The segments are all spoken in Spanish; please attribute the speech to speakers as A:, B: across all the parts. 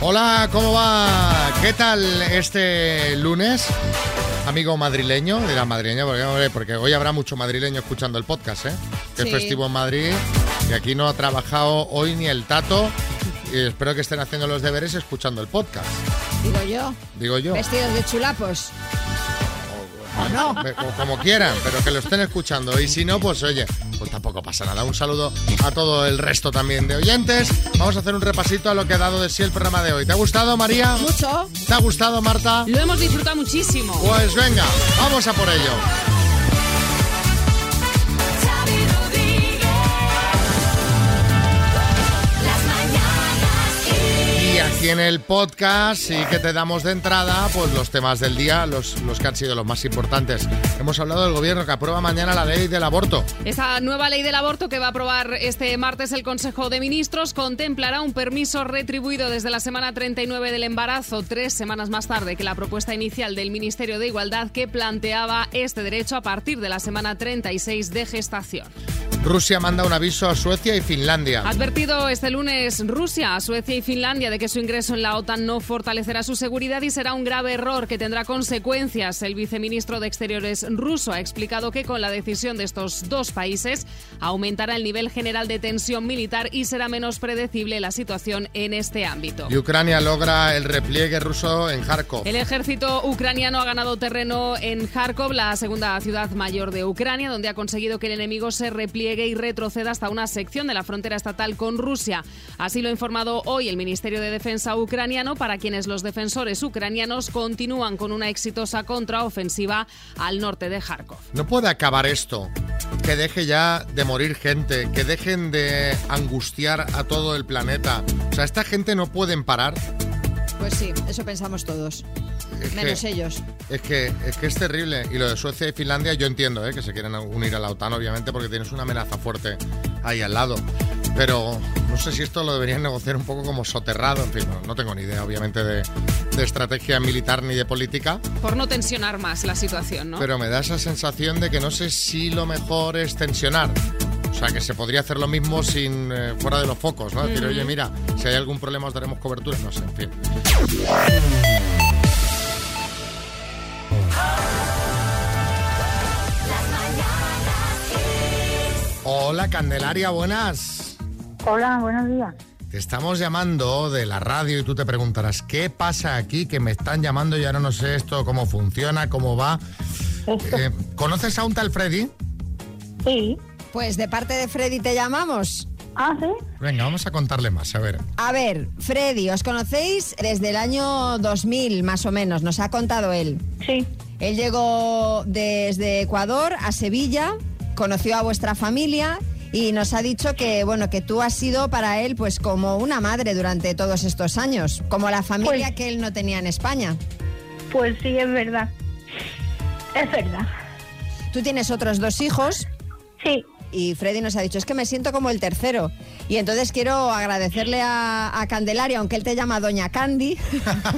A: Hola, ¿cómo va? ¿Qué tal este lunes? Amigo madrileño, de la madrileña, porque, hombre, porque hoy habrá mucho madrileño escuchando el podcast, ¿eh? Que es
B: Sí.
A: festivo en Madrid y aquí no ha trabajado hoy ni el tato. Y espero que estén haciendo los deberes escuchando el podcast,
B: Digo yo.
A: digo yo.
B: Vestidos de chulapos.
A: O no. Como quieran, pero que lo estén escuchando. Y si no, pues oye, pues tampoco pasa nada. Un saludo a todo el resto también de oyentes. Vamos a hacer un repasito a lo que ha dado de sí el programa de hoy. ¿Te ha gustado, María?
B: Mucho.
A: ¿Te ha gustado, Marta?
C: Lo hemos disfrutado muchísimo.
A: Pues venga, vamos a por ello. Y Aquí en el podcast y que te damos de entrada pues los temas del día, los, los que han sido los más importantes. Hemos hablado del gobierno que aprueba mañana la ley del aborto.
C: Esta nueva ley del aborto que va a aprobar este martes el Consejo de Ministros contemplará un permiso retribuido desde la semana 39 del embarazo, tres semanas más tarde que la propuesta inicial del Ministerio de Igualdad que planteaba este derecho a partir de la semana 36 de gestación.
A: Rusia manda un aviso a Suecia y Finlandia.
C: Ha advertido este lunes Rusia, Suecia y Finlandia de que su ingreso en la OTAN no fortalecerá su seguridad y será un grave error que tendrá consecuencias. El viceministro de Exteriores ruso ha explicado que con la decisión de estos dos países aumentará el nivel general de tensión militar y será menos predecible la situación en este ámbito.
A: Y Ucrania logra el repliegue ruso en Kharkov.
C: El ejército ucraniano ha ganado terreno en Kharkov, la segunda ciudad mayor de Ucrania, donde ha conseguido que el enemigo se repliegue y retroceda hasta una sección de la frontera estatal con Rusia. Así lo ha informado hoy el Ministerio de Defensa ucraniano, para quienes los defensores ucranianos continúan con una exitosa contraofensiva al norte de Kharkov.
A: No puede acabar esto. Que deje ya de morir gente, que dejen de angustiar a todo el planeta. O sea, esta gente no pueden parar.
B: Pues sí, eso pensamos todos.
A: Es que-
B: Menos ellos.
A: Es que, es que es terrible. Y lo de Suecia y Finlandia yo entiendo, ¿eh? que se quieren unir a la OTAN, obviamente, porque tienes una amenaza fuerte ahí al lado. Pero no sé si esto lo deberían negociar un poco como soterrado. En fin, no, no tengo ni idea, obviamente, de, de estrategia militar ni de política.
C: Por no tensionar más la situación, ¿no?
A: Pero me da esa sensación de que no sé si lo mejor es tensionar. O sea, que se podría hacer lo mismo sin eh, fuera de los focos, ¿no? Decir,
C: Ujú.
A: oye, mira, si hay algún problema os daremos cobertura. No sé, en fin. Hola, Candelaria, buenas.
D: Hola, buenos días.
A: Te estamos llamando de la radio y tú te preguntarás, ¿qué pasa aquí? Que me están llamando y ahora no sé esto, cómo funciona, cómo va. Eh, ¿Conoces a un tal Freddy?
D: Sí.
B: Pues de parte de Freddy te llamamos.
D: Ah, sí.
A: Venga, vamos a contarle más, a ver.
B: A ver, Freddy, os conocéis desde el año 2000 más o menos, nos ha contado él.
D: Sí.
B: Él llegó desde Ecuador a Sevilla, conoció a vuestra familia y nos ha dicho que bueno, que tú has sido para él pues como una madre durante todos estos años, como la familia
D: Pues-
B: que él no tenía en España.
D: Pues sí, es verdad. Es verdad.
B: Tú tienes otros dos hijos
D: Sí.
B: y Freddy nos ha dicho, es que me siento como el tercero. Y entonces quiero agradecerle a, a Candelaria, aunque él te llama Doña Candy,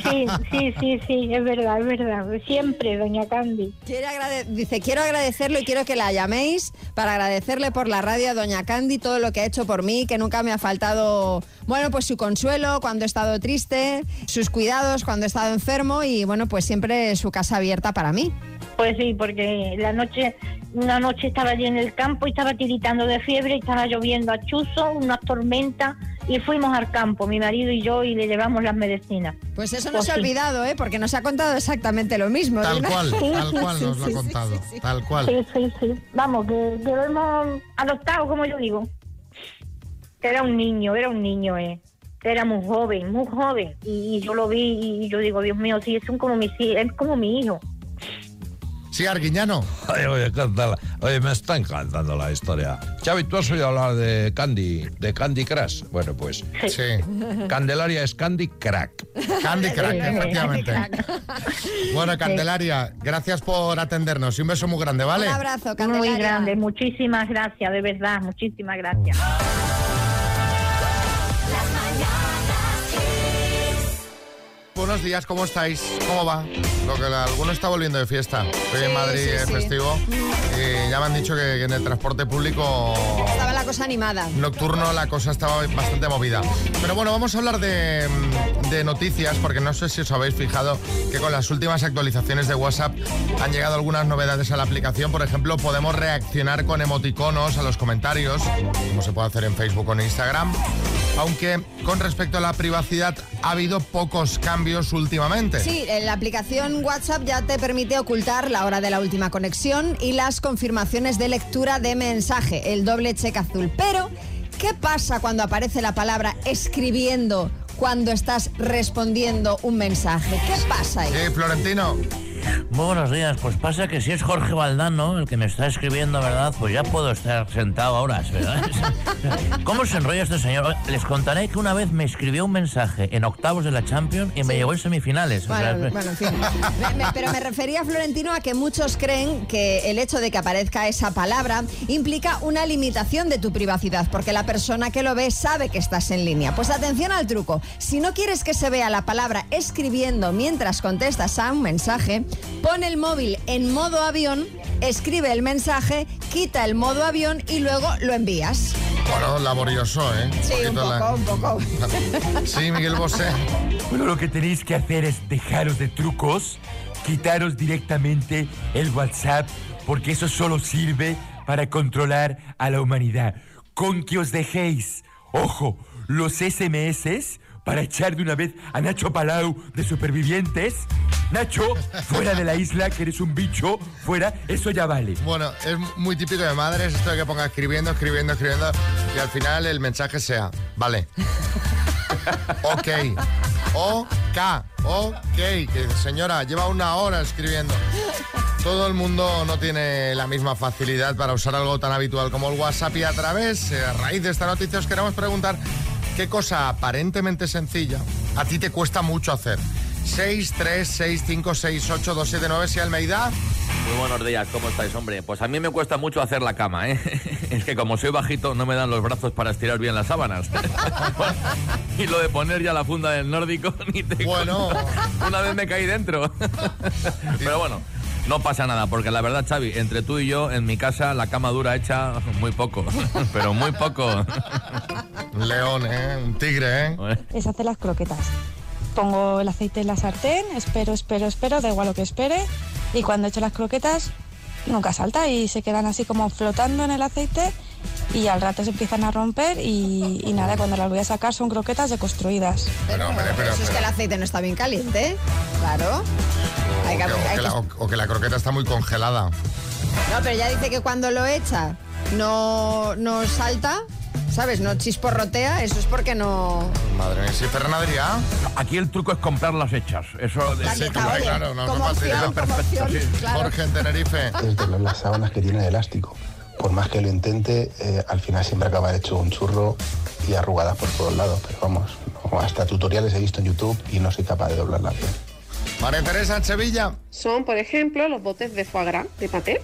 D: Sí, sí, sí, sí, es verdad, es verdad. Siempre, doña Candy.
B: quiere agrade- dice, quiero agradecerlo y quiero que la llaméis para agradecerle por la radio a Doña Candy todo lo que ha hecho por mí, que nunca me ha faltado, bueno, pues su consuelo cuando he estado triste, sus cuidados cuando he estado enfermo y, bueno, pues siempre su casa abierta para mí.
D: Pues sí, porque la noche, una noche estaba allí en el campo y estaba tiritando de fiebre, y estaba lloviendo a chuzo, unas tormentas y fuimos al campo, mi marido y yo, y le llevamos las medicinas.
B: Pues eso no
D: Pues
B: se ha
D: sí.
B: olvidado, ¿eh? Porque nos ha contado exactamente lo mismo.
A: Tal
B: Dina.
A: cual, tal cual
B: Sí,
A: nos lo ha
B: sí, sí,
A: contado.
B: sí, sí.
A: Tal cual.
D: Sí, sí, sí. Vamos, que, que lo hemos adoptado, como yo digo. Era un niño, era un niño, eh. Era muy joven, muy joven. Y, y yo lo vi y, y yo digo, Dios mío, sí, es un como mi, sí, es como mi hijo.
A: Sí, Arguiñano.
E: Oye, oye, cántala. Oye, me está encantando la historia. Xavi, tú has oído hablar de Candy, de Candy Crush. Bueno, pues
A: Sí.
E: Candelaria es Candy Crack.
A: Candy Crack,
D: Sí,
A: efectivamente. Bueno, Candelaria, gracias por atendernos y un beso muy grande, ¿vale?
B: Un abrazo, Candelaria.
D: Muy grande, muchísimas gracias, de verdad, muchísimas gracias.
A: Pues buenos días, ¿cómo estáis? ¿Cómo va? Lo que la- alguno está volviendo de fiesta. Estoy en
B: Sí,
A: Madrid,
B: sí,
A: es
B: sí.
A: festivo. Y ya me han dicho que, que en el transporte público
B: Estaba la cosa animada.
A: nocturno la cosa estaba bastante movida. Pero bueno, vamos a hablar de, mm, de noticias, porque no sé si os habéis fijado que con las últimas actualizaciones de WhatsApp han llegado algunas novedades a la aplicación. Por ejemplo, podemos reaccionar con emoticonos a los comentarios, como se puede hacer en Facebook o en Instagram. Aunque con respecto a la privacidad ha habido pocos cambios últimamente.
B: Sí, en la aplicación WhatsApp ya te permite ocultar la hora de la última conexión y las confirmaciones de lectura de mensaje, el doble cheque azul. Pero, ¿qué pasa cuando aparece la palabra escribiendo cuando estás respondiendo un mensaje? ¿Qué pasa ahí?
A: Sí, Eh, Florentino,
F: Muy buenos días, pues pasa que si es Jorge Valdano el que me está escribiendo, ¿verdad? Pues ya puedo estar sentado ahora, ¿verdad? ¿Cómo se enrolla este señor? Les contaré que una vez me escribió un mensaje en octavos de la Champions y me llegó en semifinales. O sea,
B: Bueno, bueno, en fin. Me- me- pero me refería, Florentino, a que muchos creen que el hecho de que aparezca esa palabra implica una limitación de tu privacidad, porque la persona que lo ve sabe que estás en línea. Pues atención al truco. Si no quieres que se vea la palabra escribiendo mientras contestas a un mensaje, pon el móvil en modo avión, escribe el mensaje, quita el modo avión y luego lo envías.
A: bueno, laborioso, ¿eh?
B: Sí, un
A: poquito
B: poco, un poco.
A: Sí, Miguel Bosé.
G: Bueno, lo que tenéis que hacer es dejaros de trucos, quitaros directamente el WhatsApp, porque eso solo sirve para controlar a la humanidad. Con que os dejéis, ojo, los SMS para echar de una vez a Nacho Palau de Supervivientes. Nacho, fuera de la isla, que eres un bicho, fuera, eso ya vale.
A: Bueno, es muy típico de madres esto de que ponga escribiendo, escribiendo, escribiendo y al final el mensaje sea, vale. ok. O K. Ok. Que, señora, lleva una hora escribiendo. Todo el mundo no tiene la misma facilidad para usar algo tan habitual como el WhatsApp y a través, eh, a raíz de esta noticia, os queremos preguntar qué cosa aparentemente sencilla a ti te cuesta mucho hacer. 636568279 si Almeida.
H: Muy buenos días, ¿cómo estáis, hombre? Pues a mí me cuesta mucho hacer la cama, ¿eh? Es que como soy bajito, no me dan los brazos para estirar bien las sábanas. Y lo de poner ya la funda del nórdico, ni te
A: Bueno.
H: cuento. Una vez me caí dentro. Pero bueno, no pasa nada, porque la verdad, Xavi, entre tú y yo, en mi casa, la cama dura hecha muy poco. Pero muy poco.
A: Un león, ¿eh? Un tigre,
H: Oh.
A: ¿eh?
I: es hacer las croquetas. Pongo el aceite en la sartén, espero, espero, espero, da igual lo que espere, y cuando echo las croquetas nunca salta y se quedan así como flotando en el aceite y al rato se empiezan a romper y, y nada, cuando las voy a sacar son croquetas deconstruidas.
A: Pero, hombre, pero,
B: Eso es que el aceite no está bien caliente, ¿eh? claro.
A: pero-
B: Hay que-
A: o, que, o
B: hay
A: que
B: que-
A: la, o- o que la croqueta está muy congelada.
B: No, pero ya dice que cuando lo echa no, no salta, ¿sabes? No chisporrotea, eso es porque no...
A: Madre mía, sí, Ferran Adrià.
H: Aquí el truco es comprar las hechas. Eso de
B: También está,
A: claro,
B: oye,
A: claro, no,
B: como
A: no pasa
B: opción,
A: nada.
B: como opción, claro.
A: Jorge en Tenerife.
J: es tener las sábanas que tienen elástico. Por más que lo intente, eh, al final siempre acaba hecho un churro y arrugadas por todos lados. Pero vamos, no, hasta tutoriales he visto en YouTube y no soy capaz de doblar la piel.
A: María Teresa en Sevilla.
K: son, por ejemplo, los botes de foie gras, de paté.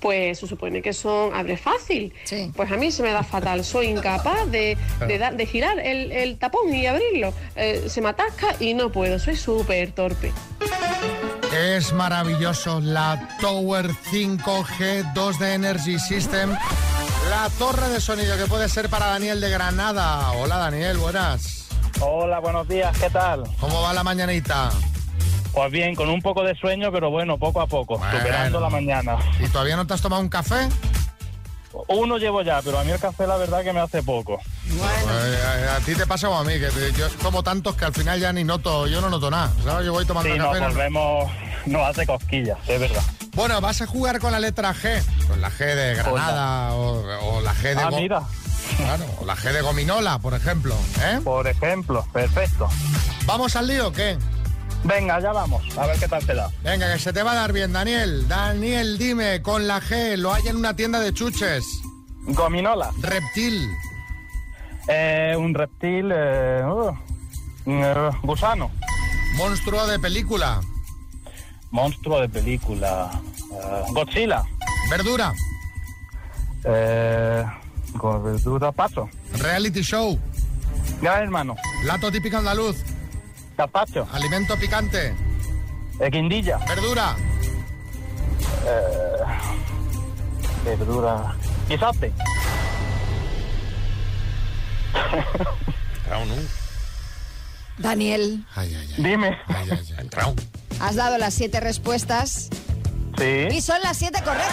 K: Pues se supone que son abre fácil.
B: Sí.
K: Pues a mí se me da fatal. Soy incapaz de, de dar- de girar el, el tapón y abrirlo. Eh, se me atasca y no puedo. Soy súper torpe.
A: Es maravilloso la Tower 5G 2 de Energy System. La torre de sonido que puede ser para Daniel de Granada. Hola Daniel, buenas.
L: Hola, buenos días, ¿qué tal?
A: ¿Cómo va la mañanita?
L: Pues bien, con un poco de sueño, pero bueno, poco a poco,
A: Bueno.
L: superando la mañana.
A: ¿Y todavía no te has tomado un café?
L: Uno llevo ya, pero a mí el café la verdad que me hace poco.
A: Eh, a- a, ti te pasa como a mí, que te- yo como tantos que al final ya ni noto, yo no noto nada. ¿sabes? Yo voy tomando
L: Sí,
A: café.
L: nos
A: no-
L: volvemos, nos hace cosquillas, es verdad.
A: Bueno, vas a jugar con la letra G. Con la G de Granada o, o la G de...
L: Pues Ah,
A: go-
L: mira,
A: Claro, o la G de Gominola, por ejemplo. ¿eh?
L: por ejemplo, perfecto.
A: ¿Vamos al lío o qué?
L: Venga, ya vamos, a ver qué tal te da.
A: Venga, que se te va a dar bien, Daniel. Daniel, dime, con la G, lo hay en una tienda de chuches.
L: Gominola,
A: Reptil,
L: eh, un reptil, eh, uh, eh, gusano,
A: monstruo de película,
L: monstruo de película, eh, Godzilla,
A: verdura,
L: eh, con verdura, paso,
A: reality show,
L: gran hermano,
A: plato típico andaluz,
L: Gazpacho.
A: Alimento picante.
L: Quindilla.
A: Verdura.
L: verdura. Guisante.
E: Entrao, ¿no?
B: Daniel,
L: Dime.
E: Entrao.
B: has dado las siete respuestas
L: Sí.
B: y son las siete correctas.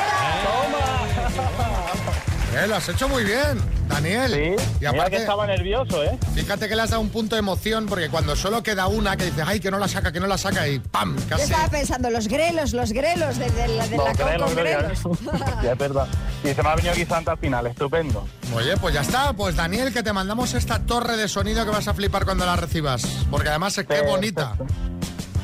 A: Eh, lo has hecho muy bien, Daniel.
L: Sí.
A: Y
L: Mira
A: aparte,
L: que estaba nervioso, ¿eh?
A: fíjate que le has dado un punto de emoción porque cuando solo queda una que dices, ay, que no la saca, que no la saca y ¡pam!
B: Yo
A: Casi.
B: estaba pensando, los grelos, los grelos, desde la, de
L: No,
B: la con-
L: creo,
B: con
L: creo que-
B: grelos.
L: Ya es verdad. Y se me ha venido guisante al final, estupendo.
A: Oye, pues ya está. Pues Daniel, que te mandamos esta torre de sonido que vas a flipar cuando la recibas. Porque además es que
L: Perfecto.
A: bonita.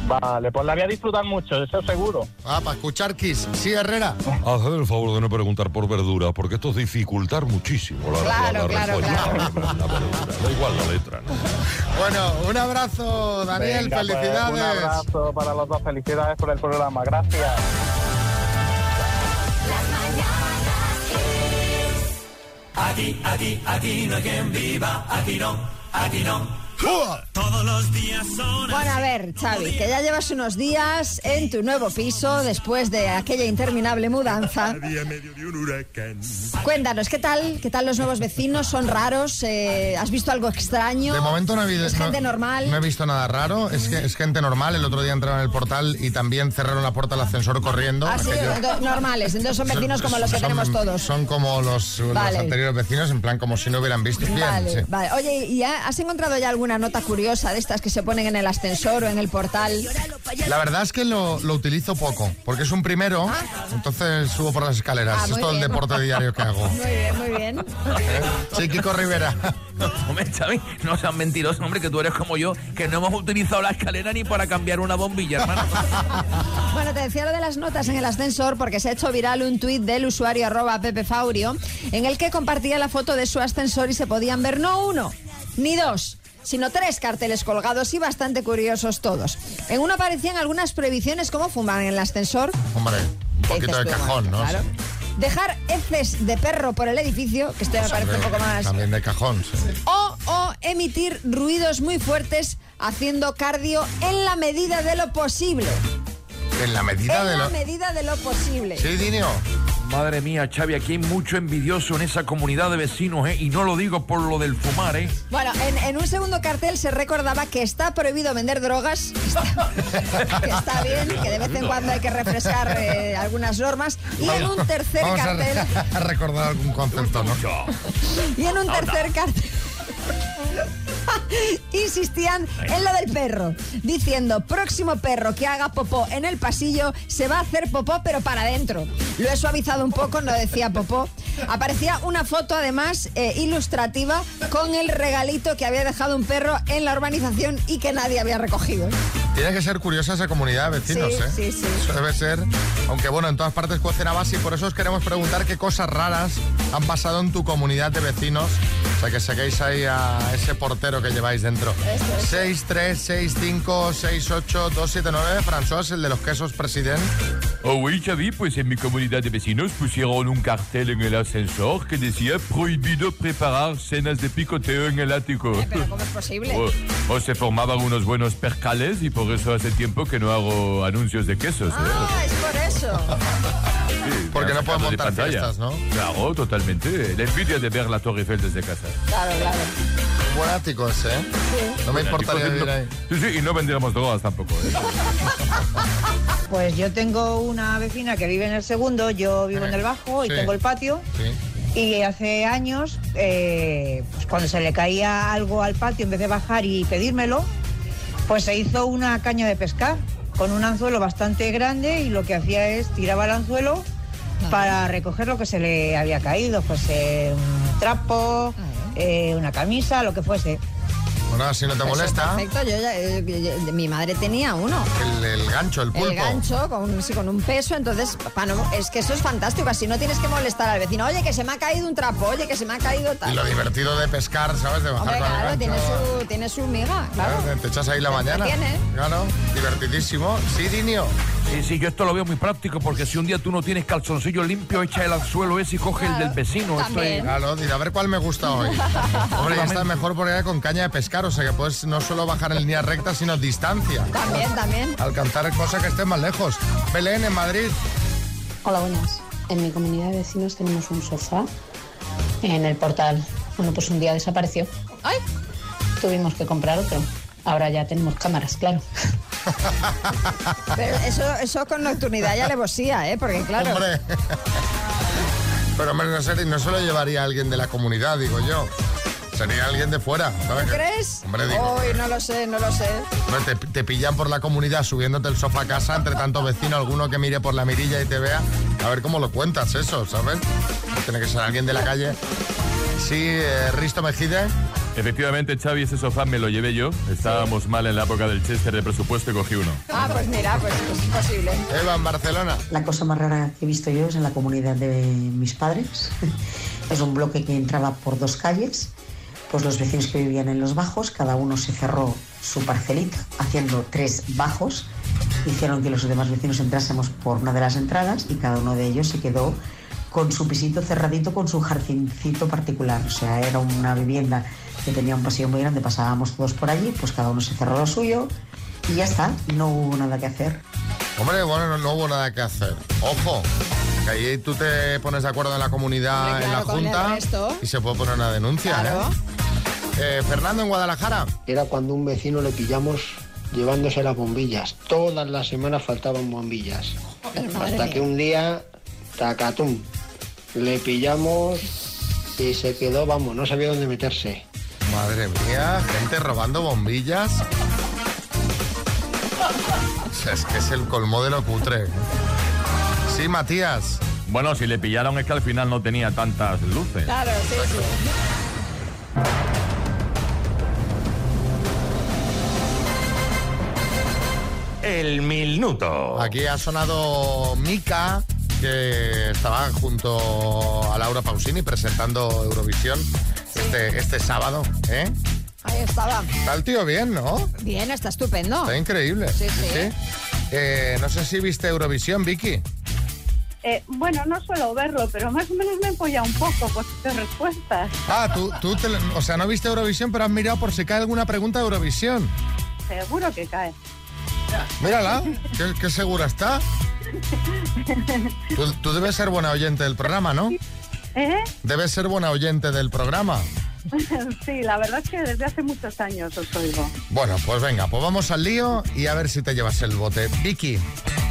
L: Vale, pues la voy a disfrutar mucho, eso seguro.
A: Ah, para escuchar Kiss. Sí, Herrera.
E: Haced el favor de no preguntar por verdura, porque esto es dificultar muchísimo la,
B: Claro,
E: la- la
B: claro,
E: respuesta.
B: claro.
E: La verdura, da igual la letra, ¿no?
A: Bueno, un abrazo, Daniel.
L: Venga, pues,
A: felicidades.
L: un abrazo para los dos, felicidades por el programa, gracias.
B: Bueno, a ver, Xavi, que ya llevas unos días en tu nuevo piso después de aquella interminable mudanza. Cuéntanos, ¿qué tal? ¿Qué tal los nuevos vecinos? ¿Son raros? Eh, ¿Has visto algo extraño?
A: De momento no he, vi-
B: ¿Es
A: no-
B: gente normal?
A: no he visto nada raro. Es, que, es gente normal. El otro día entraron en el portal y también cerraron la puerta del ascensor corriendo.
B: Ah, sí,
A: Aquello-
B: ento- normales. Entonces son vecinos como los que
A: Son-
B: tenemos todos.
A: Son como los, los
B: Vale.
A: anteriores vecinos, en plan como si no hubieran visto. Bien,
B: Vale,
A: sí.
B: vale. Oye, ¿y ha- has encontrado ya alguna nota curiosa de estas que se ponen en el ascensor o en el portal?
A: La verdad es que lo, lo utilizo poco, porque es un primero, entonces subo por las escaleras.
B: Ah,
A: es
B: muy
A: todo el
B: bien.
A: deporte diario que hago.
B: Muy bien, muy bien.
A: Sí, Kiko Rivera.
H: Hombre, Xavi, no seas mentiroso, hombre, que tú eres como yo, que no hemos utilizado la escalera ni para cambiar una bombilla, hermano.
B: Bueno, te decía lo de las notas en el ascensor porque se ha hecho viral un tuit del usuario arroba pepefaurio en el que compartía la foto de su ascensor y se podían ver no uno, ni dos sino tres carteles colgados y bastante curiosos todos. En uno aparecían algunas prohibiciones como fumar en el ascensor,
A: Hombre, un poquito
B: Dices
A: de
B: tú,
A: cajón, ¿no?
B: claro. Dejar heces de perro por el edificio, que esto me parece un poco más.
A: También de cajón, sí.
B: O, o emitir ruidos muy fuertes haciendo cardio en la medida de lo posible.
A: En la medida
B: En
A: de
B: la
A: lo...
B: medida de lo posible.
A: Sí, Dinio.
H: Madre mía, Xavi, aquí hay mucho envidioso en esa comunidad de vecinos, ¿eh? Y no lo digo por lo del fumar, ¿eh?
B: Bueno, en, en un segundo cartel se recordaba que está prohibido vender drogas, que está, que está bien, que de vez en cuando hay que refrescar eh, algunas normas. Y en un tercer
A: Vamos a,
B: cartel,
A: re- a recordar algún concepto, ¿no?
B: y en un tercer cartel insistían en lo del perro, diciendo, próximo perro que haga popó en el pasillo se va a hacer popó pero para adentro. Lo he suavizado un poco, no decía popó. Aparecía una foto además eh, ilustrativa con el regalito que había dejado un perro en la urbanización y que nadie había recogido.
A: Tiene que ser curiosa esa comunidad de vecinos,
B: Sí, sí,
A: ¿eh?
B: sí.
A: Eso debe ser. Aunque bueno, en todas partes cuecen a base y por eso os queremos preguntar qué cosas raras han pasado en tu comunidad de vecinos. O sea, que saquéis ahí a ese portero que lleváis dentro. 6, 3, 6, 5, 6, 8, 2, 7, 9. François, el de los quesos, presidente.
H: Oh, oui, Xavi, pues en mi comunidad de vecinos pusieron un cartel en el ascensor que decía prohibido preparar cenas de picoteo en el ático.
B: Eh, Pero ¿cómo es posible?
H: O, o se formaban unos buenos percales y por eso hace tiempo que no hago anuncios de quesos. ¿eh?
B: Ah, es por eso.
H: Sí,
A: porque
H: me
A: no pueden
H: han sacado de
A: montar
H: pantalla.
A: fiestas, ¿no?
H: Claro, totalmente. La envidia de ver la Torre Eiffel desde casa.
B: Claro, claro.
A: Buen ático ese, ¿eh? No me importaría
H: Chicos,
A: vivir ahí.
H: no- Sí, sí, y no vendiéramos drogas tampoco. ¿eh?
M: Pues yo tengo una vecina que vive en el segundo, yo vivo en el bajo y
A: Sí.
M: tengo el patio.
A: Sí.
M: Y hace años, eh, pues cuando se le caía algo al patio, en vez de bajar y pedírmelo, pues se hizo una caña de pescar con un anzuelo bastante grande y lo que hacía es tiraba el anzuelo
N: Ah.
M: para recoger lo que se le había caído, pues eh, un trapo,
N: Ah.
M: eh, una camisa, lo que fuese.
A: Bueno, si no te
B: Eso,
A: molesta,
B: Perfecto, yo ya- eh, yo- yo- mi madre tenía uno.
A: el, el gancho, el pulpo.
B: el gancho con, un- sí, con un peso, entonces, papá, no, es que eso es fantástico, así no tienes que molestar al vecino, oye, que se me ha caído un trapo, oye, que se me ha caído
A: Y
B: tal.
A: lo divertido de pescar, ¿sabes? De bajar
B: Hombre,
A: con el
B: claro,
A: gancho.
B: tiene su, tiene su miga, claro.
A: Claro, Te echas ahí la
B: Te
A: mañana.
B: entretiene.
A: Claro, divertidísimo. Sí, Dinio.
E: Sí, sí, yo esto lo veo muy práctico porque si un día tú no tienes calzoncillo limpio, echa el anzuelo ese y coge el del vecino. Esto es-
A: Claro, dirá, a ver cuál me gusta hoy. Hombre, ya está mejor porque hay con caña de pescar, o sea que puedes no solo bajar en línea recta, sino distancia.
B: También, también.
A: Alcanzar cosas que estén más lejos. Belén en Madrid.
N: Hola, buenas. En mi comunidad de vecinos tenemos un sofá en el portal. Bueno, pues un día desapareció. ¡Ay! Tuvimos que comprar otro. Ahora ya tenemos cámaras, claro.
B: Pero eso, eso con nocturnidad ya le bosía, ¿eh? Porque claro.
A: Hombre. Pero hombre, no, sería- no se lo llevaría alguien de la comunidad, digo yo. Sería alguien de fuera, ¿sabes?
B: ¿Tú crees?
A: Hombre, digo.
B: Uy, no lo sé, no lo sé.
A: hombre, te, te pillan por la comunidad subiéndote el sofá a casa, entre tanto vecino, alguno que mire por la mirilla y te vea. A ver cómo lo cuentas eso, ¿sabes? Tiene que ser alguien de la calle. Sí, eh, Risto Mejide.
O: Efectivamente, Xavi, ese sofá me lo llevé yo. Estábamos mal en la época del Chester de presupuesto y cogí uno.
B: Ah, pues mira, pues, pues es posible.
A: Eva en Barcelona.
P: La cosa más rara que he visto yo es en la comunidad de mis padres. Es un bloque que entraba por dos calles. Pues los vecinos que vivían en los bajos, cada uno se cerró su parcelita haciendo tres bajos. Hicieron que los demás vecinos entrásemos por una de las entradas y cada uno de ellos se quedó con su pisito cerradito, con su jardincito particular. O sea, era una vivienda que tenía un pasillo muy grande, pasábamos todos por allí, pues cada uno se cerró lo suyo y ya está, no hubo nada que hacer.
A: Hombre, bueno, no, no hubo nada que hacer. Ojo, que ahí tú te pones de acuerdo en la comunidad,
B: Hombre, claro, con
A: en
B: el
A: la
B: resto.
A: junta y se puede poner una denuncia. ¿eh? Eh, Fernando en Guadalajara.
Q: Era cuando un vecino le pillamos llevándose las bombillas. Todas las semanas faltaban bombillas. Hasta que un día, tacatum, le pillamos y se quedó, vamos, no sabía dónde meterse.
A: Madre mía, gente robando bombillas. O sea, es que es el colmo de lo cutre. Sí, Matías.
O: Bueno, si le pillaron es que al final no tenía tantas luces.
B: Claro, sí, sí.
A: El
R: Oh.
A: minuto. Aquí ha sonado Mika, que estaba junto a Laura Pausini presentando Eurovisión este, este sábado. ¿eh?
B: Ahí estaba.
A: Está el tío bien, ¿no?
B: Bien, está estupendo.
A: Está increíble.
B: Sí, sí.
A: Eh, no sé si viste Eurovisión, Vicky.
S: Eh, bueno, no suelo verlo, pero más o menos me he apoyado un poco por sus respuestas.
A: Ah, tú, tú te lo- o sea, no viste Eurovisión, pero has mirado por si cae alguna pregunta de Eurovisión.
S: Seguro que cae.
A: Mírala, qué, qué segura está. Tú, tú debes ser buena oyente del programa, ¿no?
S: ¿Eh?
A: Debes ser buena oyente del programa.
S: sí, la verdad es que desde hace muchos años os oigo.
A: Bueno, pues venga, pues vamos al lío y a ver si te llevas el bote. Vicky,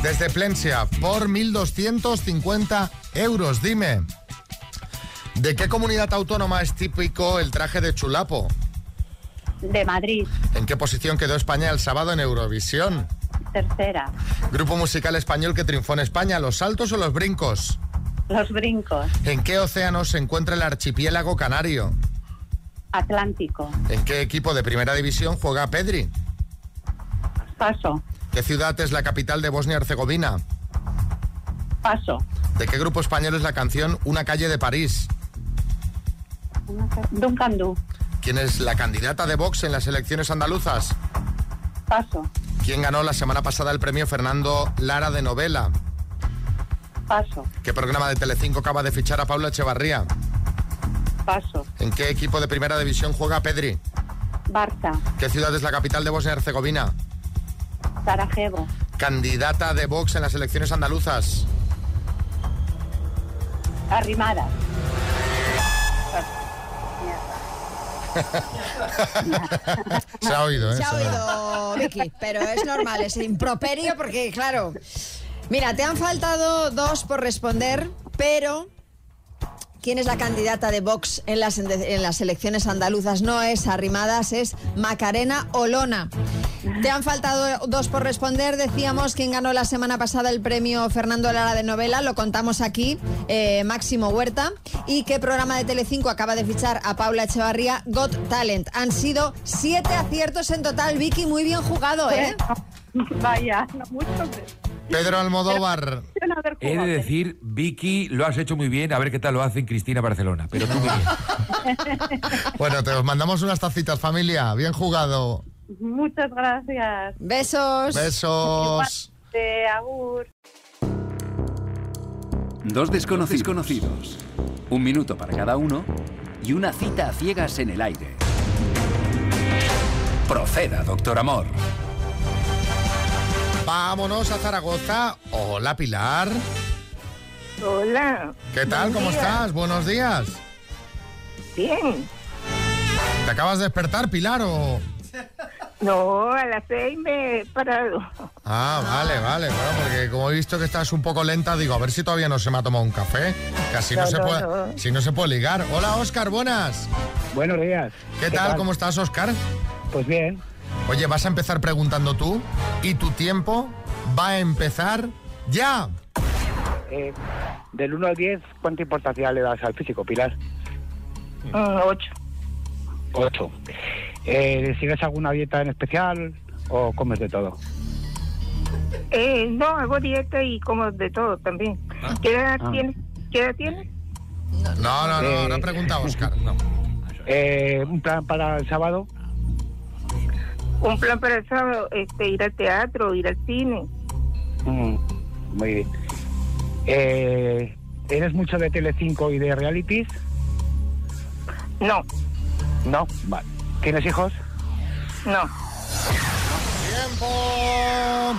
A: desde Plencia, por 1.250 euros, dime, ¿de qué comunidad autónoma es típico el traje de chulapo?
S: De Madrid,
A: ¿En qué posición quedó España el sábado en Eurovisión?
S: tercera.
A: Grupo musical español que triunfó en España, ¿los saltos o los brincos?
S: Los brincos,
A: ¿En qué océano se encuentra el archipiélago canario?
S: Atlántico,
A: ¿En qué equipo de primera división juega Pedri?
S: paso,
A: ¿Qué ciudad es la capital de Bosnia y Herzegovina?
S: paso.
A: ¿De qué grupo español es la canción Una calle de París?
S: Duncan Du,
A: ¿Quién es la candidata de Vox en las elecciones andaluzas?
S: paso,
A: ¿Quién ganó la semana pasada el premio Fernando Lara de novela?
S: paso,
A: ¿Qué programa de Telecinco acaba de fichar a Pablo Echevarría?
S: paso.
A: ¿En qué equipo de primera división juega Pedri?
S: Barça,
A: ¿Qué ciudad es la capital de Bosnia y Herzegovina?
S: Sarajevo,
A: Candidata de Vox en las elecciones andaluzas.
S: Arrimadas.
A: Se ha oído, ¿eh?
B: Se ha oído, Vicky, pero es normal, es improperio porque, claro. Mira, te han faltado dos por responder, pero. ¿Quién es la candidata de Vox en las, en las elecciones andaluzas? No es Arrimadas, es Macarena Olona. Te han faltado dos por responder. Decíamos quién ganó la semana pasada el premio Fernando Lara de novela. Lo contamos aquí, eh, Máximo Huerta. Y qué programa de Telecinco acaba de fichar a Paula Echevarría, Got Talent. Han sido siete aciertos en total. Vicky, muy bien jugado, ¿eh?
S: Vaya, no mucho. pero-
A: Pedro Almodóvar.
S: Bueno, a ver,
G: He de decir, Vicky, lo has hecho muy bien, a ver qué tal lo hacen Cristina Barcelona. Pero tú muy bien.
A: Bueno, te os mandamos unas tacitas, familia. Bien jugado.
S: Muchas gracias.
B: Pues, Besos.
A: Besos.
S: gente, agur.
T: Dos desconocidos conocidos. Un minuto para cada uno y una cita a ciegas en el aire. Proceda, doctor Amor.
A: Vámonos a Zaragoza. Hola, Pilar.
U: Hola.
A: ¿Qué tal?
U: Buen
A: ¿Cómo
U: día.
A: estás? Buenos días.
U: Bien.
A: ¿Te acabas de despertar, Pilar, o...?
U: No, a las seis me he parado.
A: Ah, vale, vale. Bueno, porque como he visto que estás un poco lenta, digo, a ver si todavía no se me ha tomado un café. Que así no,
U: No,
A: se
U: no,
A: puede...
U: no.
A: Si no se puede ligar. Hola, Óscar, buenas.
V: Buenos días.
A: ¿Qué,
V: ¿Qué
A: tal?
V: tal?
A: ¿Cómo estás, Óscar?
V: Pues bien.
A: Oye, vas a empezar preguntando tú y tu tiempo va a empezar ya.
V: Eh, del 1 al 10, ¿cuánta importancia le das al físico, Pilar?
S: Mm,
U: 8.
V: 8. Eh, ¿Sigues alguna dieta en especial o comes de todo?
U: Eh, no, hago dieta y como de todo también. ¿Qué edad
V: Ah.
U: tienes? ¿Qué edad tienes?
A: No, no, no,
V: Eh,
A: ahora pregunta Óscar. No.
V: Eh, ¿Un plan para el sábado?
U: Un plan para el sábado, este, ir al teatro, ir al cine.
V: Mm, muy bien. Eh, ¿Eres mucho de Telecinco y de realities?
U: No.
V: No, vale. ¿Tienes hijos?
U: No.
A: ¡Tiempo!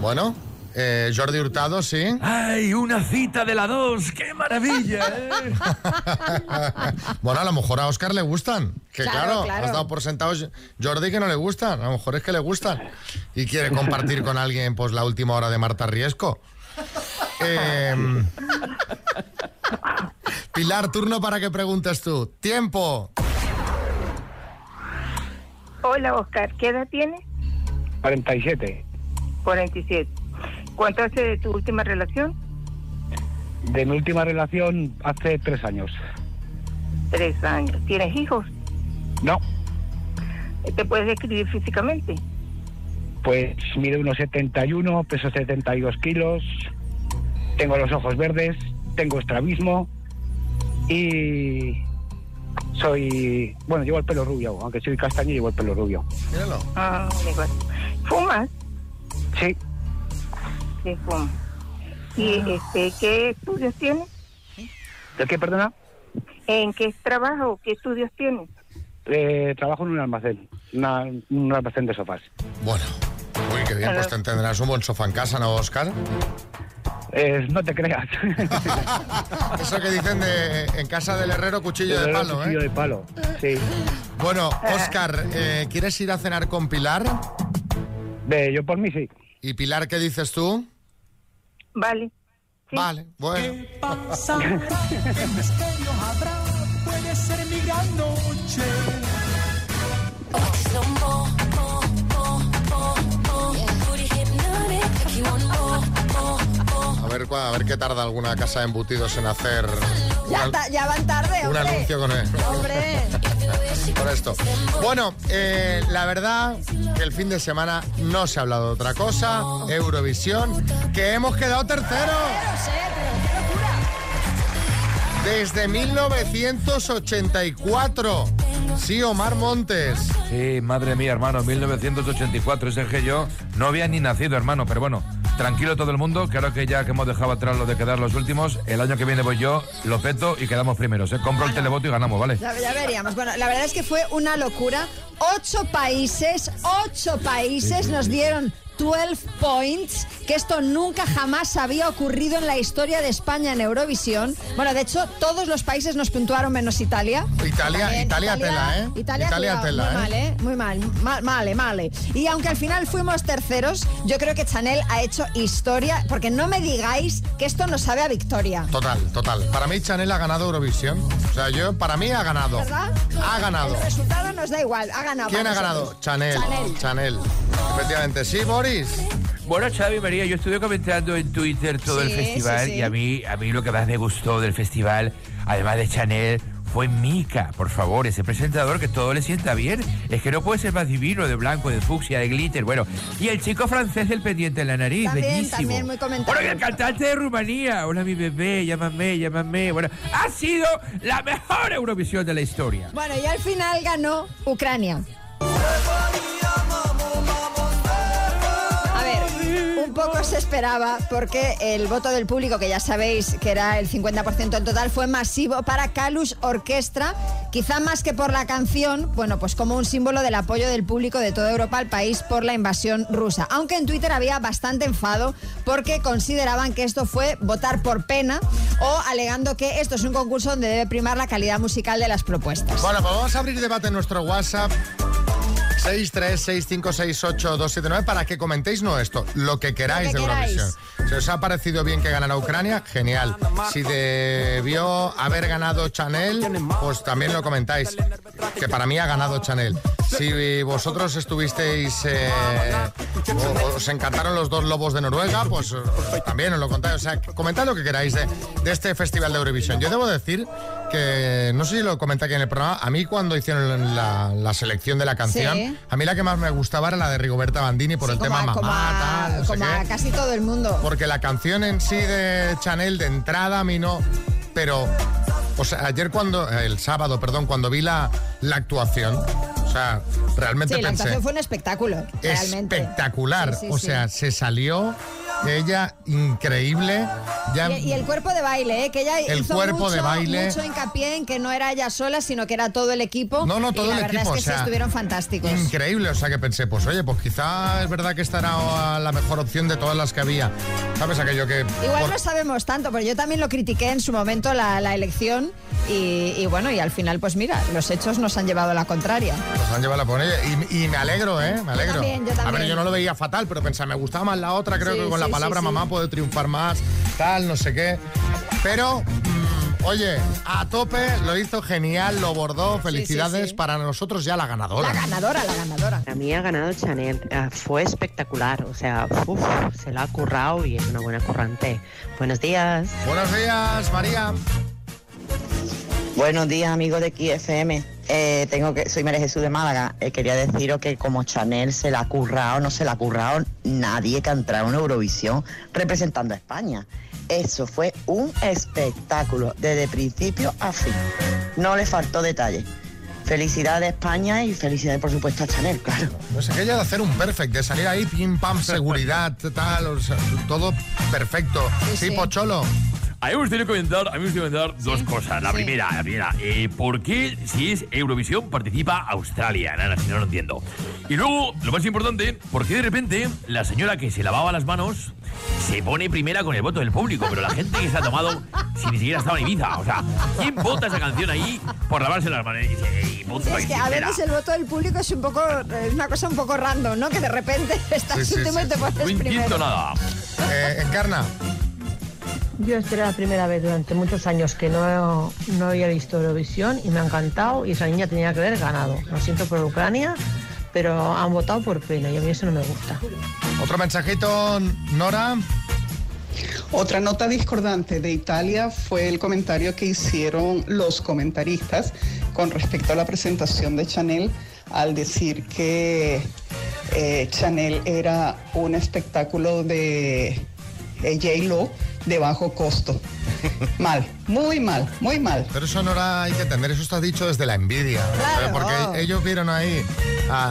A: Bueno, eh, Jordi Hurtado, sí.
E: ¡Ay, una cita de la dos! ¡Qué maravilla! eh!
A: Bueno, a lo mejor a Oscar le gustan. Que
E: Claro,
A: claro,
E: claro.
A: has dado por sentado Jordi que no le gustan. A lo mejor es que le gustan. Y quiere compartir con alguien pues la última hora de Marta Riesco. Em, Pilar, turno para que preguntes tú. Tiempo.
U: Hola, Oscar, ¿qué edad tienes?
V: 47.
U: 47. ¿Cuánto hace de tu última relación?
V: De mi última relación hace tres años.
U: Tres años. ¿Tienes hijos?
V: No.
U: ¿Te puedes describir físicamente?
V: Pues mide unos 71, peso 72 kilos, tengo los ojos verdes, tengo estrabismo y soy... Bueno, llevo el pelo rubio, aunque soy castaño, llevo el pelo rubio.
A: Míralo.
U: Ah, igual. ¿Fumas?
V: Sí,
U: Sí, fumas. ¿Y este, qué estudios tienes?
V: ¿de qué, perdona?
U: ¿En qué trabajo? ¿Qué estudios tienes?
V: Eh, trabajo en un almacén, una- un almacén de sofás.
A: Bueno, uy, qué bien, pues te tendrás un buen sofá en casa, ¿no, Oscar?
V: Eh, no te creas.
A: Eso que dicen de en casa del herrero cuchillo de
V: Pero era
A: palo,
V: cuchillo
A: ¿eh?
V: de palo, sí.
A: Bueno, Oscar, ¿quieres ir a cenar con Pilar?
V: yo por mí sí.
A: ¿Y Pilar qué dices tú?
U: Vale.
A: Vale, bueno.
W: pasa? ¿Qué misterio habrá? Puede ser mi gran noche.
A: A ver, cua- a ver qué tarda alguna casa de embutidos en hacer un,
B: Ya,
A: al-
B: ta- ya van tarde,
A: un
B: hombre.
A: anuncio con él.
B: Hombre.
A: Por esto. Bueno, eh, la verdad que el fin de semana no se ha hablado de otra cosa. Eurovisión, que hemos quedado terceros. Desde 1984. Sí, Omar Montes.
E: Sí, madre mía, hermano, 1984, ese que yo no había ni nacido, hermano, pero bueno, tranquilo todo el mundo, que ahora que ya que hemos dejado atrás lo de quedar los últimos, el año que viene voy yo, lo peto y quedamos primeros, ¿eh? Compro el televoto y ganamos, ¿vale?
B: Ya, ya veríamos. Bueno, la verdad es que fue una locura. Ocho países, ocho países nos dieron 12 points, que esto nunca jamás había ocurrido en la historia de España en Eurovisión. Bueno, de hecho, todos los países nos puntuaron menos Italia.
A: Italia,
B: También,
A: Italia, tela, ¿eh?
B: Italia,
A: Italia
B: cuidado,
A: tela,
B: muy
A: ¿eh?
B: mal, ¿eh? Muy mal, mal, male, male. Y aunque al final fuimos terceros, yo creo que Chanel ha hecho historia, porque no me digáis que esto no sabe a victoria.
A: Total, total. Para mí Chanel ha ganado Eurovisión. O sea, yo para mí ha ganado.
B: ¿Verdad?
A: Ha ganado.
B: El resultado nos da igual, ha ganado.
A: ¿Quién ha
B: Vamos a
A: ganado?
B: ver.
A: Chanel.
B: Chanel.
A: Chanel. Efectivamente, sí, Boris.
E: Bueno, Xavi María, yo estuve comentando en Twitter
A: todo el Sí,
E: festival
A: sí, sí.
E: y a mí, a mí lo que más me gustó del festival, además de Chanel, fue Mika, por favor, ese presentador que todo le sienta bien. Es que no puede ser más divino, de blanco, de fucsia, de glitter, bueno. Y el chico francés del pendiente en la nariz,
B: También,
E: bellísimo.
B: también muy comentado.
E: Bueno, y el cantante de Rumanía, hola mi bebé, llámame, llámame. Bueno, ha sido la mejor Eurovisión de la historia.
B: Bueno, y al final ganó Ucrania. A ver, poco se esperaba porque el voto del público, que ya sabéis que era el 50% en total, fue masivo para Calus Orquestra, quizá más que por la canción, bueno, pues como un símbolo del apoyo del público de toda Europa al país por la invasión rusa. Aunque en Twitter había bastante enfado porque consideraban que esto fue votar por pena o alegando que esto es un concurso donde debe primar la calidad musical de las propuestas.
A: Bueno, pues vamos a abrir debate en nuestro WhatsApp. 636568279 para que comentéis no esto, lo que
B: Lo
A: queráis
B: que
A: de
B: queráis.
A: Eurovisión. Si os ha parecido bien que ganara Ucrania, genial. Si debió haber ganado Chanel, pues también lo comentáis. Que para mí ha ganado Chanel. Si vosotros estuvisteis... eh, o- os encantaron los dos lobos de Noruega, pues eh, también os lo contáis. O sea, comentad lo que queráis de, de este Festival de Eurovisión. Yo debo decir que, no sé si lo comenté aquí en el programa, a mí cuando hicieron la, la selección de la canción,
B: Sí.
A: a mí la que más me gustaba era la de Rigoberta Bandini por el tema
B: a-
A: mamá,
B: como a-
A: tal, no sé
B: como a
A: qué.
B: casi todo el mundo.
A: Porque la canción en sí de Chanel de entrada a mí no. Pero, o sea, ayer cuando, el sábado, perdón, cuando vi la, la actuación, o sea, realmente
B: Sí, la
A: pensé.
B: actuación fue un espectáculo, realmente.
A: Espectacular.
B: Sí, sí,
A: o
B: sí.
A: sea, se salió ella increíble. Ya,
B: Y, y el cuerpo de baile, ¿eh? que ella
A: El
B: hizo
A: cuerpo
B: mucho,
A: de baile.
B: mucho hincapié en que no era ella sola, sino que era todo el equipo.
A: No, no, todo
B: y la
A: el
B: verdad
A: equipo,
B: es que
A: o sea,
B: sí estuvieron fantásticos.
A: Increíble, o sea que pensé, pues oye, pues quizá es verdad que esta era la mejor opción de todas las que había. ¿Sabes aquello que...
B: Igual
A: por-
B: no sabemos tanto, pero yo también lo critiqué en su momento la, la elección y, y bueno, y al final, pues mira, los hechos nos han llevado a la contraria.
A: Nos han llevado la ponella y, y me alegro, ¿eh? Me alegro.
B: también, yo
A: A ver,
B: también.
A: yo no lo veía fatal, pero pensaba, me gustaba más la otra, creo
B: Sí,
A: que con la
B: sí,
A: palabra
B: sí, sí.
A: mamá puede triunfar más, tal, no sé qué. Pero, mm, oye, a tope, lo hizo genial, lo bordó, felicidades para nosotros ya la ganadora.
B: La ganadora, la ganadora.
C: A mí ha ganado Chanel, Ah, fue espectacular, o sea, uf, se la ha currado y es una buena currante. Buenos días.
A: Buenos días, María.
D: Buenos días, amigos de XFM. Eh, tengo que, soy María Jesús de Málaga. Eh, quería deciros que como Chanel se la ha currado, no se la ha currado nadie que ha entrado en Eurovisión representando a España. Eso fue un espectáculo desde principio a fin. No le faltó detalle. Felicidades España y felicidades por supuesto a Chanel, claro.
A: Pues aquella de hacer un perfect, de salir ahí, pim, pam, seguridad, tal, o sea, todo perfecto. Sí, Pocholo.
O: A mí me gustaría comentar, a mí me gustaría comentar dos cosas. La primera, la primera, eh, ¿por qué si es Eurovisión participa Australia? Nada, si no lo entiendo. Y luego, lo más importante, ¿por qué de repente la señora que se lavaba las manos se pone primera con el voto del público? Pero la gente que se ha tomado, si ni siquiera estaba en Ibiza, o sea, ¿quién vota esa canción ahí por lavarse las manos? Y dice, "Ey, voto
B: Es
O: ahí
B: que a
O: primera".
B: veces el voto del público es un poco, es una cosa un poco random, ¿no? Que de repente estás
O: Sí, sí,
B: tú y
O: sí.
B: te pones
O: No
B: primero.
O: entiendo nada.
A: Eh, encarna.
X: Yo esta era la primera vez durante muchos años que no, no había visto Eurovisión y me ha encantado y esa niña tenía que haber ganado. Lo siento por Ucrania, pero han votado por pena y a mí eso no me gusta.
A: Otro mensajito, Nora.
Y: Otra nota discordante de Italia fue el comentario que hicieron los comentaristas con respecto a la presentación de Chanel al decir que eh, Chanel era un espectáculo de eh, J-Lo de bajo costo. Mal, muy mal, muy mal.
A: Pero eso Nora hay que entender, eso está dicho desde la envidia. ¿eh? Porque ellos vieron ahí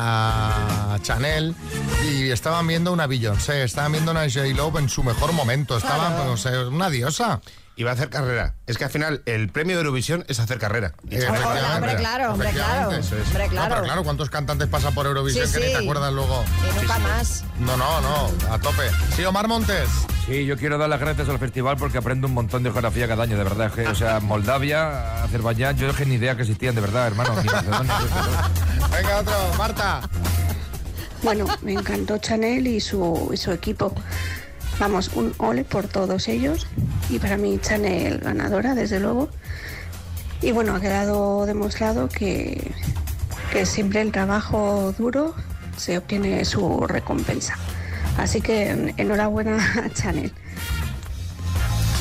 A: a Chanel y estaban viendo una Beyoncé, estaban viendo una J-Lo en su mejor momento, estaban,
R: Claro.
A: o sea, una diosa.
R: Y va a hacer carrera. Es que al final el premio de Eurovisión es hacer carrera.
B: hombre, claro, hombre, claro.
A: Efectivamente, eso es.
B: Hombre,
A: No,
B: claro.
A: pero claro, ¿cuántos cantantes pasan por Eurovisión
B: Sí,
A: que ni
B: sí.
A: te acuerdas luego?
B: Y nunca más.
A: No, no, no, a tope. Sí, Omar Montes.
E: Sí, yo quiero dar las gracias al festival porque aprendo un montón de geografía cada año, de verdad. es que, o sea, Moldavia, Azerbaiyán, yo es que ni idea que existían, de verdad, hermano. ni Macedonia, yo qué sé.
A: Venga, otro, Marta.
Z: Bueno, me encantó Chanel y su, y su equipo. Vamos, un ole por todos ellos. Y para mí Chanel ganadora, desde luego. Y bueno, ha quedado demostrado que, que siempre el trabajo duro se obtiene su recompensa. Así que en- enhorabuena a Chanel.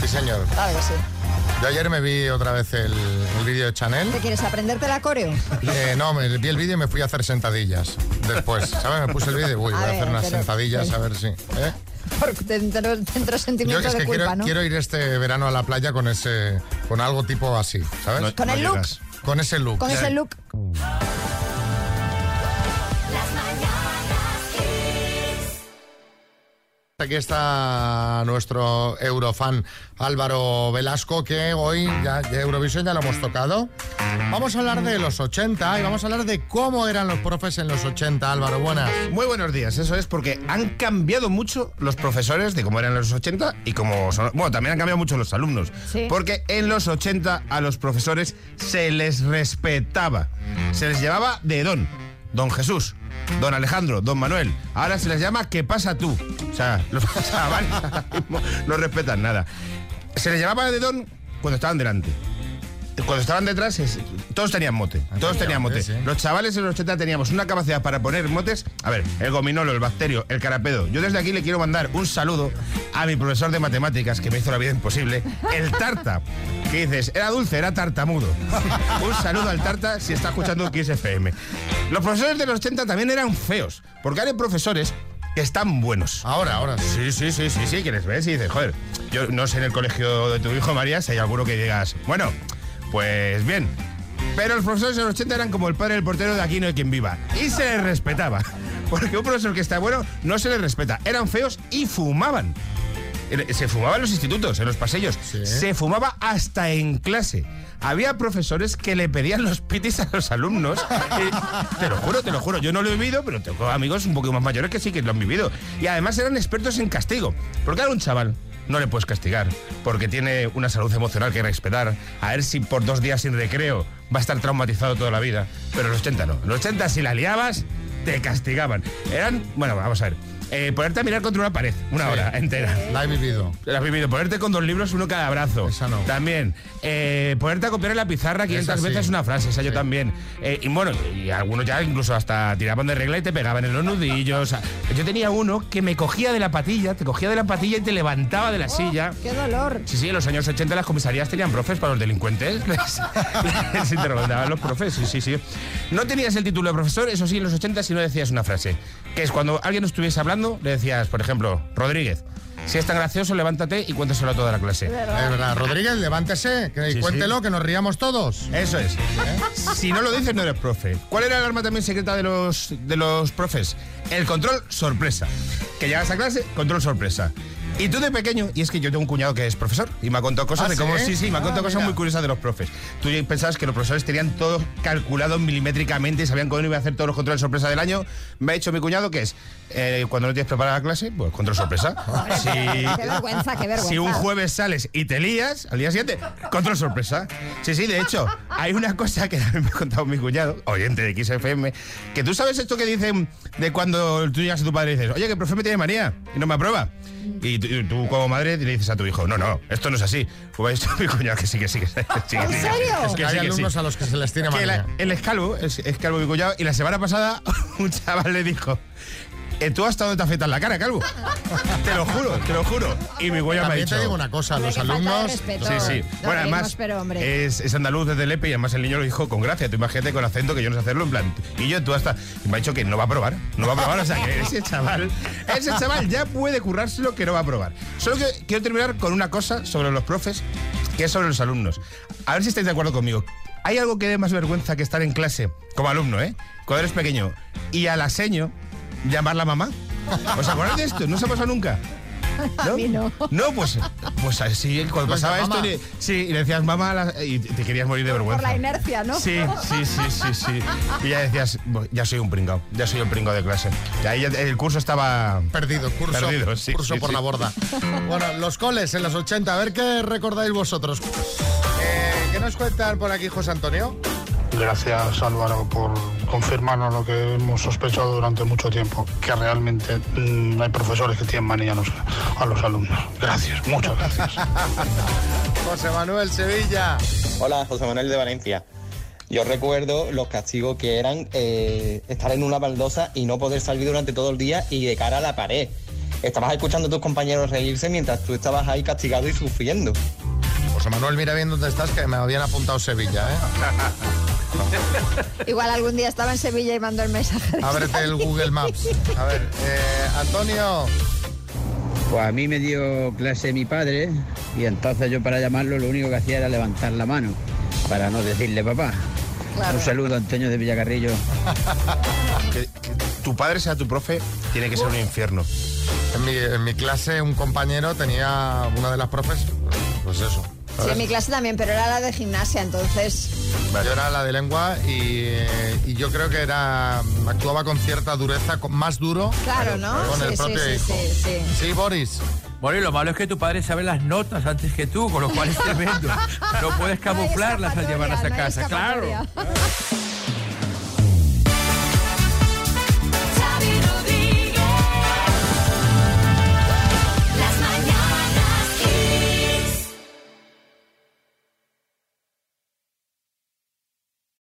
A: Sí, señor.
B: Claro que sí.
A: Yo ayer me vi otra vez el, el vídeo de Chanel.
B: ¿Qué quieres, aprenderte la coreo?
A: Eh, no, me, vi el vídeo y me fui a hacer sentadillas. Después, ¿sabes? Me puse el vídeo y voy,
B: A
A: voy a
B: ver,
A: hacer unas
B: pero-
A: sentadillas a ver si. ¿eh?
B: Porque te entró, te entró
A: Yo
B: sentimiento
A: es
B: de
A: que
B: culpa,
A: quiero,
B: ¿no?
A: quiero ir este verano a la playa con ese, con algo tipo así, ¿sabes?
B: ¿Con no el look? llegas.
A: Con ese look.
B: Con ese look.
A: Aquí está nuestro eurofan Álvaro Velasco, que hoy ya de Eurovisión ya lo hemos tocado. Vamos a hablar de los 80 y vamos a hablar de cómo eran los profes en los 80. Álvaro, buenas.
R: Muy buenos días, eso es porque han cambiado mucho los profesores de cómo eran en los 80 y cómo son... Bueno, también han cambiado mucho los alumnos,
F: Sí.
R: porque en los 80 a los profesores se les respetaba, se les llevaba de don, don Jesús. Don Alejandro, Don Manuel, ahora se les llama ¿Qué pasa tú? O sea, los chavales ahora mismo no respetan nada. Se les llamaba de don cuando estaban delante cuando estaban detrás, es- todos tenían mote. Todos tenían mote. Los chavales en los 80 teníamos una capacidad para poner motes. A ver, el gominolo, el bacterio, el carapedo. Yo desde aquí le quiero mandar un saludo a mi profesor de matemáticas que me hizo la vida imposible, el tarta. Que dices, era dulce, era tartamudo. Un saludo al tarta si está escuchando Kiss FM. Los profesores de los 80 también eran feos, porque eran profesores que están buenos.
A: Ahora, ahora.
R: Sí, sí, sí, sí, sí, que les ves y dices, joder, yo no sé en el colegio de tu hijo, María, si hay alguno que digas, bueno, pues bien. Pero los profesores de los 80 eran como el padre del portero de Aquí no hay quien viva. Y se les respetaba. Porque un profesor que está bueno no se les respeta. Eran feos y fumaban. Era- Se fumaba en los institutos, en los pasillos. Se fumaba hasta en clase. Había profesores que le pedían los pitis a los alumnos. Y te lo juro, te lo juro. Yo no lo he vivido, pero tengo amigos un poco más mayores que sí que lo han vivido. Y además eran expertos en castigo. Porque era un chaval. No le puedes castigar, porque tiene una salud emocional que respetar. A ver si por dos días sin recreo va a estar traumatizado toda la vida. Pero en los 80 no. En los 80 si la liabas, te castigaban. Eran, bueno, vamos a ver. eh, ponerte a mirar contra una pared, una hora entera.
A: La he vivido.
R: La has vivido. Ponerte con dos libros, uno cada brazo. También. Eh, ponerte a copiar en la pizarra 500
A: Esa sí.
R: veces una frase, esa yo también. Eh, y bueno, y algunos ya incluso hasta tiraban de regla y te pegaban en los nudillos. Yo tenía uno que me cogía de la patilla, te cogía de la patilla y te levantaba de la silla.
B: ¡Qué dolor!
R: Sí, sí, en los años 80 las comisarías tenían profes para los delincuentes. Les, les interrogaban los profes, sí, sí, sí. No tenías el título de profesor, eso sí, en los 80 si no decías una frase. Que es cuando alguien estuviese hablando, le decías, por ejemplo, Rodríguez, si es tan gracioso, levántate y cuéntaselo a toda la clase.
A: Es verdad. Rodríguez, levántese que, y
R: Sí,
A: cuéntelo,
R: sí.
A: que nos riamos todos.
R: Eso es. Si no lo dices, no eres profe. ¿Cuál era el arma también secreta de los, de los profes? El control sorpresa. Que llegas a clase, control sorpresa. Y tú de pequeño, y es que yo tengo un cuñado que es profesor y me ha contado cosas
A: ¿Ah,
R: de cómo.
A: sí?
R: Sí, sí, me ha
A: Ah,
R: contado cosas
A: mira.
R: muy curiosas de los profes. Tú ya pensabas que los profesores tenían todo calculado milimétricamente y sabían cuándo iba a hacer todos los controles sorpresa del año. Me ha dicho mi cuñado que es eh, cuando no tienes preparada la clase, pues control sorpresa. Sí.
B: Qué vergüenza, qué vergüenza.
R: Si un jueves sales y te lías, al día siguiente, control sorpresa. Sí, sí, de hecho, hay una cosa que también me ha contado mi cuñado, oyente de XFM, que tú sabes esto que dicen de cuando tú llegas a tu padre y dices, oye, que el profe me tiene manía y no me aprueba. Y tú, y tú como madre le dices a tu hijo, no, no, esto no es así. Pues esto mi cuñado que sí, que sí, que sí. que sí, que sí. Es que
A: hay
R: sí, que sí.
A: alumnos a los que se les tiene
R: Que
A: manía.
R: la- él es calvo, es, es calvo mi cuñado, y la semana pasada un chaval le dijo, "Eh, ¿tú hasta dónde te afeitas la cara, calvo? te lo juro, te lo juro. Y mi cuñado me ha
A: También
R: dicho...
A: te digo una cosa,
B: Hombre,
A: los
B: qué falta de
A: alumnos...
B: respeto.
R: Sí, sí.
B: Nos
R: bueno,
B: reímos,
R: además,
B: pero, hombre.
R: es, es andaluz desde Lepe y además el niño lo dijo con gracia. Tú imagínate con acento que yo no sé hacerlo en plan. Y yo, tú hasta. y me ha dicho que no va a probar. No va a probar. O sea, que ese chaval. Ese chaval ya puede currárselo que no va a probar. Solo que quiero terminar con una cosa sobre los profes, que es sobre los alumnos. A ver si estáis de acuerdo conmigo. ¿Hay algo que dé más vergüenza que estar en clase como alumno, eh? Cuando eres pequeño. Y a la seño, llamarla mamá. ¿Os acordáis de esto? No se ha pasado nunca.
B: A mí no.
R: No, pues, pues así, cuando
B: Pues
R: pasaba
B: mamá.
R: esto, y le- sí, y le decías mamá a la- y te querías morir de
B: Por
R: vergüenza.
B: la inercia, ¿no?
R: Sí, sí, sí, sí, sí. Y ya decías, "Bo- ya soy un pringao, ya soy un pringao de clase. Y ahí ya- el curso estaba...
A: Perdido, curso,
R: Perdido, sí,
A: curso
R: sí,
A: por
R: sí.
A: la borda. Bueno, los coles en los 80, a ver qué recordáis vosotros. Eh, ¿Qué nos cuentan por aquí, José Antonio?
H: Gracias Álvaro por confirmarnos lo que hemos sospechado durante mucho tiempo, que realmente mm, hay profesores que tienen manía a los, a los alumnos. Gracias, muchas gracias.
A: José Manuel Sevilla.
I: Hola, José Manuel de Valencia. Yo recuerdo los castigos que eran eh, estar en una baldosa y no poder salir durante todo el día y de cara a la pared. Estabas escuchando a tus compañeros reírse mientras tú estabas ahí castigado y sufriendo.
A: José Manuel, mira bien dónde estás, que me habían apuntado Sevilla, ¿eh?
B: Igual algún día estaba en Sevilla y mandó el mensaje. de-
A: Ábrete el Google Maps. A ver, eh, Antonio.
J: Pues a mí me dio clase mi padre y entonces yo para llamarlo lo único que hacía era levantar la mano para no decirle papá.
B: Claro.
J: Un saludo Antonio de Villacarrillo.
R: Que, que tu padre sea tu profe tiene que ser un infierno.
A: En mi, en mi clase un compañero tenía una de las profes, pues eso.
B: Sí, en mi clase también, pero era la de gimnasia, entonces.
A: Yo era la de lengua y, eh, y yo creo que era actuaba con cierta dureza, con, más duro
B: Claro, ¿no?
A: con el
B: Sí, sí,
A: propio
B: sí,
A: hijo.
B: sí, sí.
A: Sí, Boris.
G: Bueno, y lo malo es que tu padre sabe las notas antes que tú, con lo cual es tremendo. No puedes camuflarlas al llevarlas a casa, claro.